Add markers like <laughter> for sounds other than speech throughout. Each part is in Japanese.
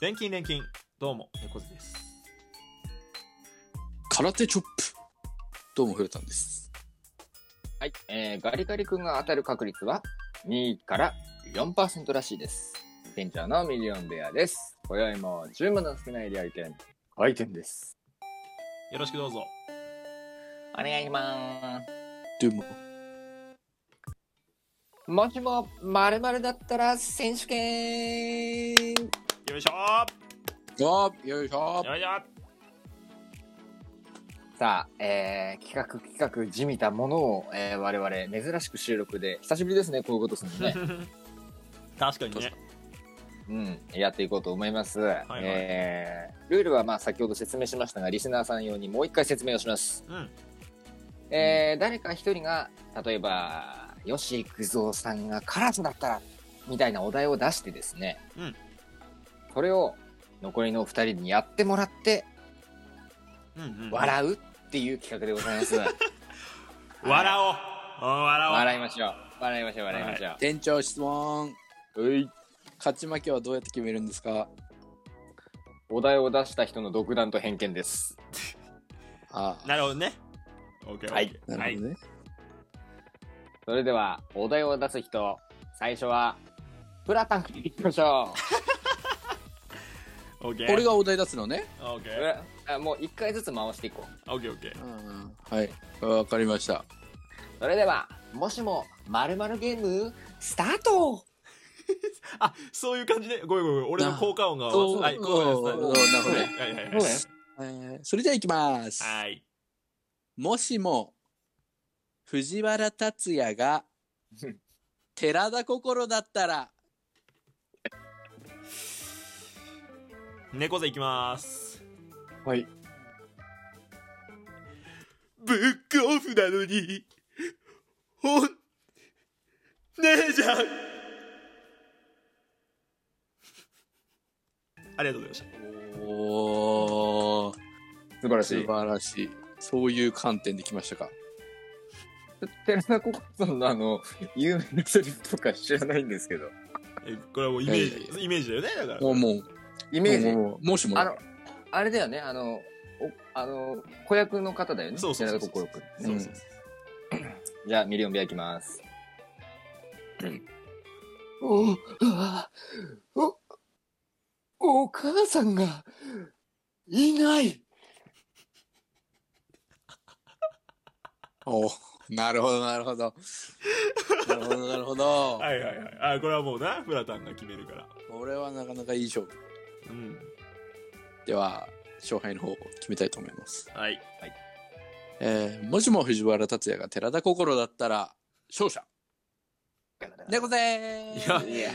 錬金錬金どうも猫背です空手チョップ。どうも、フルタンです。はい、えーガリガリ君が当たる確率は2から4%らしいです。ベンチャーのミリオンベアです。今宵も10万の少ない料理店、開店です。よろしくどうぞお願いします。どうも。もしも〇〇だったら選手よ権いしょーよーよいしょよいしょーさあ、えー企画企画じみたものを、えー我々珍しく収録で、久しぶりですね、こういうことするの <laughs> ね。 <laughs> 確かにねうん、やっていこうと思います。はいえールールはまあ先ほど説明しましたが、リスナーさん用にもう一回説明をします。うんえー誰か一人が、例えば、吉幾三さんがカラスだったら、みたいなお題を出してですね、うんこれを残りのお二人にやってもらって、うんうん笑うっていう企画でござい <laughs> ます。笑おううん笑おう笑いましょう。笑いましょう、笑いましょう。店長質問。うい勝ち負けはどうやって決めるんですかお題を出した人の独断と偏見です。あなるほどね OK はいあ、はなるいほどね。それでは、お題を出す人、最初は、プラタン君いきましょ OK 俺がお題出すのね。う OK <laughs> え。あもう一回ずつ回していこう。 OKOK うんはい。わかりました。それでは、もしも、まるゲーム、スタートあそういう感じでごめんごめんごめん俺の効果音がそうはい効果音がそうなるほどねはいはいはいそうねえーそれじゃあ行きます。はいもしも、藤原竜也が、寺田心だったら、猫背いきますはい。ブックオフなのにほんねえじゃんありがとうございましたおー、素晴らし素い。晴らしい。そういう観点で来ましたか。寺田心さんのあの、有名なセリフとか知らないんですけど。えこれはもうイメージ、いやいやイメージだよねだからもう、もう、イメージ。もうもしもね、あの、あれだよね、あの、おあの、子役の方だよね。そうそうそうそう寺田心君。そうそうじゃあ、ミリオンベアいきます。お、お、お母さんが、いない。おうなるほど、なるほど。なるほど、なるほど。はいはいはいあこれはもうなフラタンが決めるからこれはなかなかいい勝負。うんでは、勝敗の方を決めたいと思います。はいえー、もしも藤原竜也が寺田心だったら、勝者。猫背いいやいやいや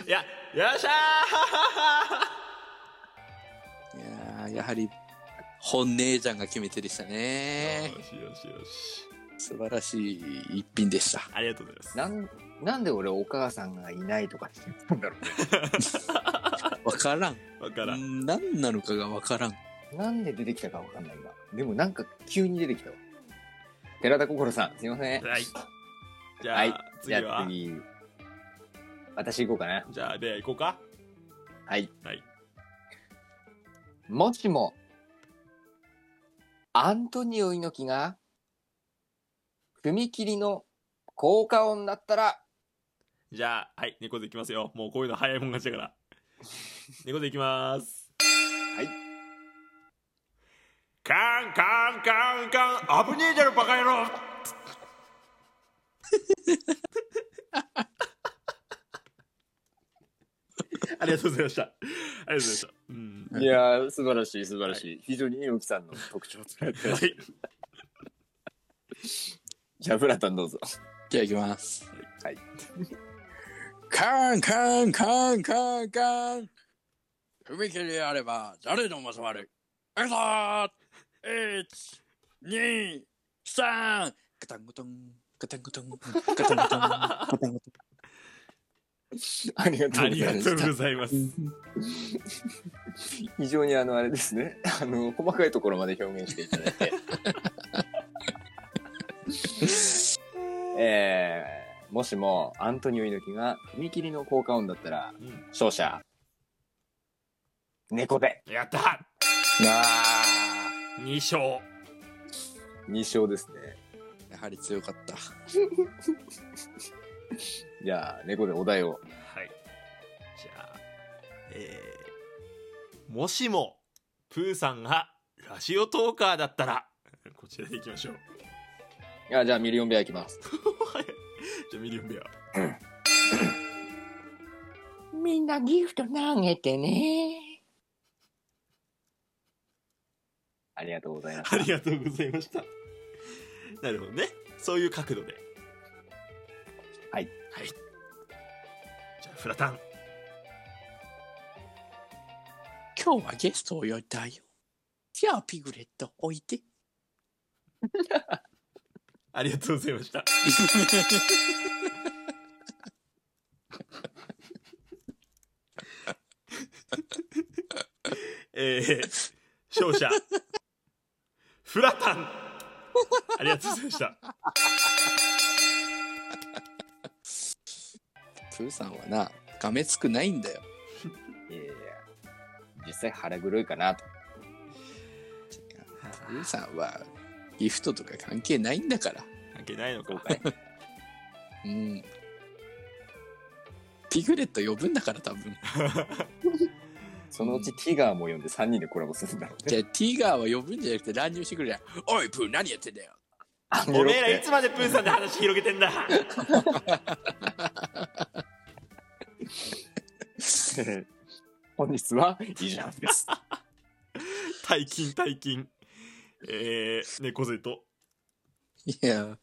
よっしゃやーやはり、本姉ちゃんが決め手でしたーね。よしよしよし素晴らしい一品でした。ありがとうございますなん、なんで俺お母さんがいないとかって言ったんだろわからん。わからんん何なのかがわからん。う。なんで出てきたかわかんないが。でもなんか急に出てきたわ。寺田心さん、すいません。はいじゃあ、はい次じゃあは次、私行こうかな。じゃあで行こうかはい。はいもしも、アントニオ猪木が、踏切の効果音だったら、じゃあはい猫背いきますよもうこういうの早いもん勝ちだから <laughs> 猫背いきますはいカンカンカンカン危ねえじゃろバカ野 <laughs> 郎ありがとうございましたありがとうございましたうんいやー、素晴らしい、素晴らしい。非常に猪木さんの特徴を使ってはいじゃあ、フラタンどうぞ。じゃあ行きます。はい。カンカンカンカンカン踏切あれば誰でも収まる。行くぞー一、二、三ガタンゴトン、ガタンゴトン、ガタンゴトン、ガタンゴトありがとあうごりがざいまとうす。ございますン。非常にあの、あれですね。 <laughs> あの、細かいところまで表現していただいて。えー、もしも、アントニオ猪木が踏切の効果音だったら、うん勝者、猫で。やったあ !2 勝。 2勝ですね。やはり強かった。じゃあ、猫でお題を。はい。じゃあ、えー、もしも、プーさんがラジオトーカーだったら、こちらでいきましょう。あじゃあ、ミリオンベアいきます。はい。じゃあ、ミリオンベア。みんなギフト投げてね。ありがとうございます。ありがとうございました。なるほどね。そういう角度で。はい。はい。じゃあ、フラタン。今日はゲストを呼いたよ。じゃあピグレット置いて。ありがとうございました。えー、勝者、フラタン。ありがとうございました。 <laughs> プーさんはな、がめつくないんだよ。いやいや実際腹黒いかなと。プーさんはギフトとか関係ないんだから。関係 <laughs> ないのか。うん。ピグレット呼ぶんだから多 <laughs> 分。そのうちティガーも呼んで3人でコラボするんだろうじね。ゃあティガーは呼ぶんじゃなくて乱入してくるじゃん。おいプー何やってんだよ。あおめえらいつまでプーさんで話広げてんだ。 <laughs> 本日は以上です。大金大金。えー、猫背と。いや、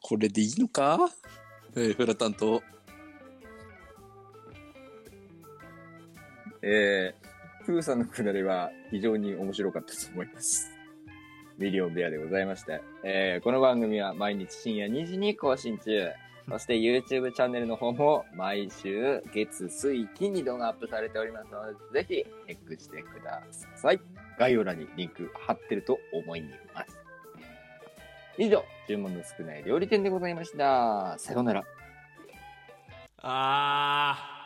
これでいいのかえーフラ担当。えー、プーさんのくだりは非常に面白かったと思います。ミリオンベアでございまして、えーこの番組は毎日深夜2時に更新中。そして YouTube チャンネルの方も毎週月、水、金に動画アップされておりますので、ぜひチェックしてください。概要欄にリンク貼ってると思います。以上、注文の少ない料理店でございました。さようなら。あー。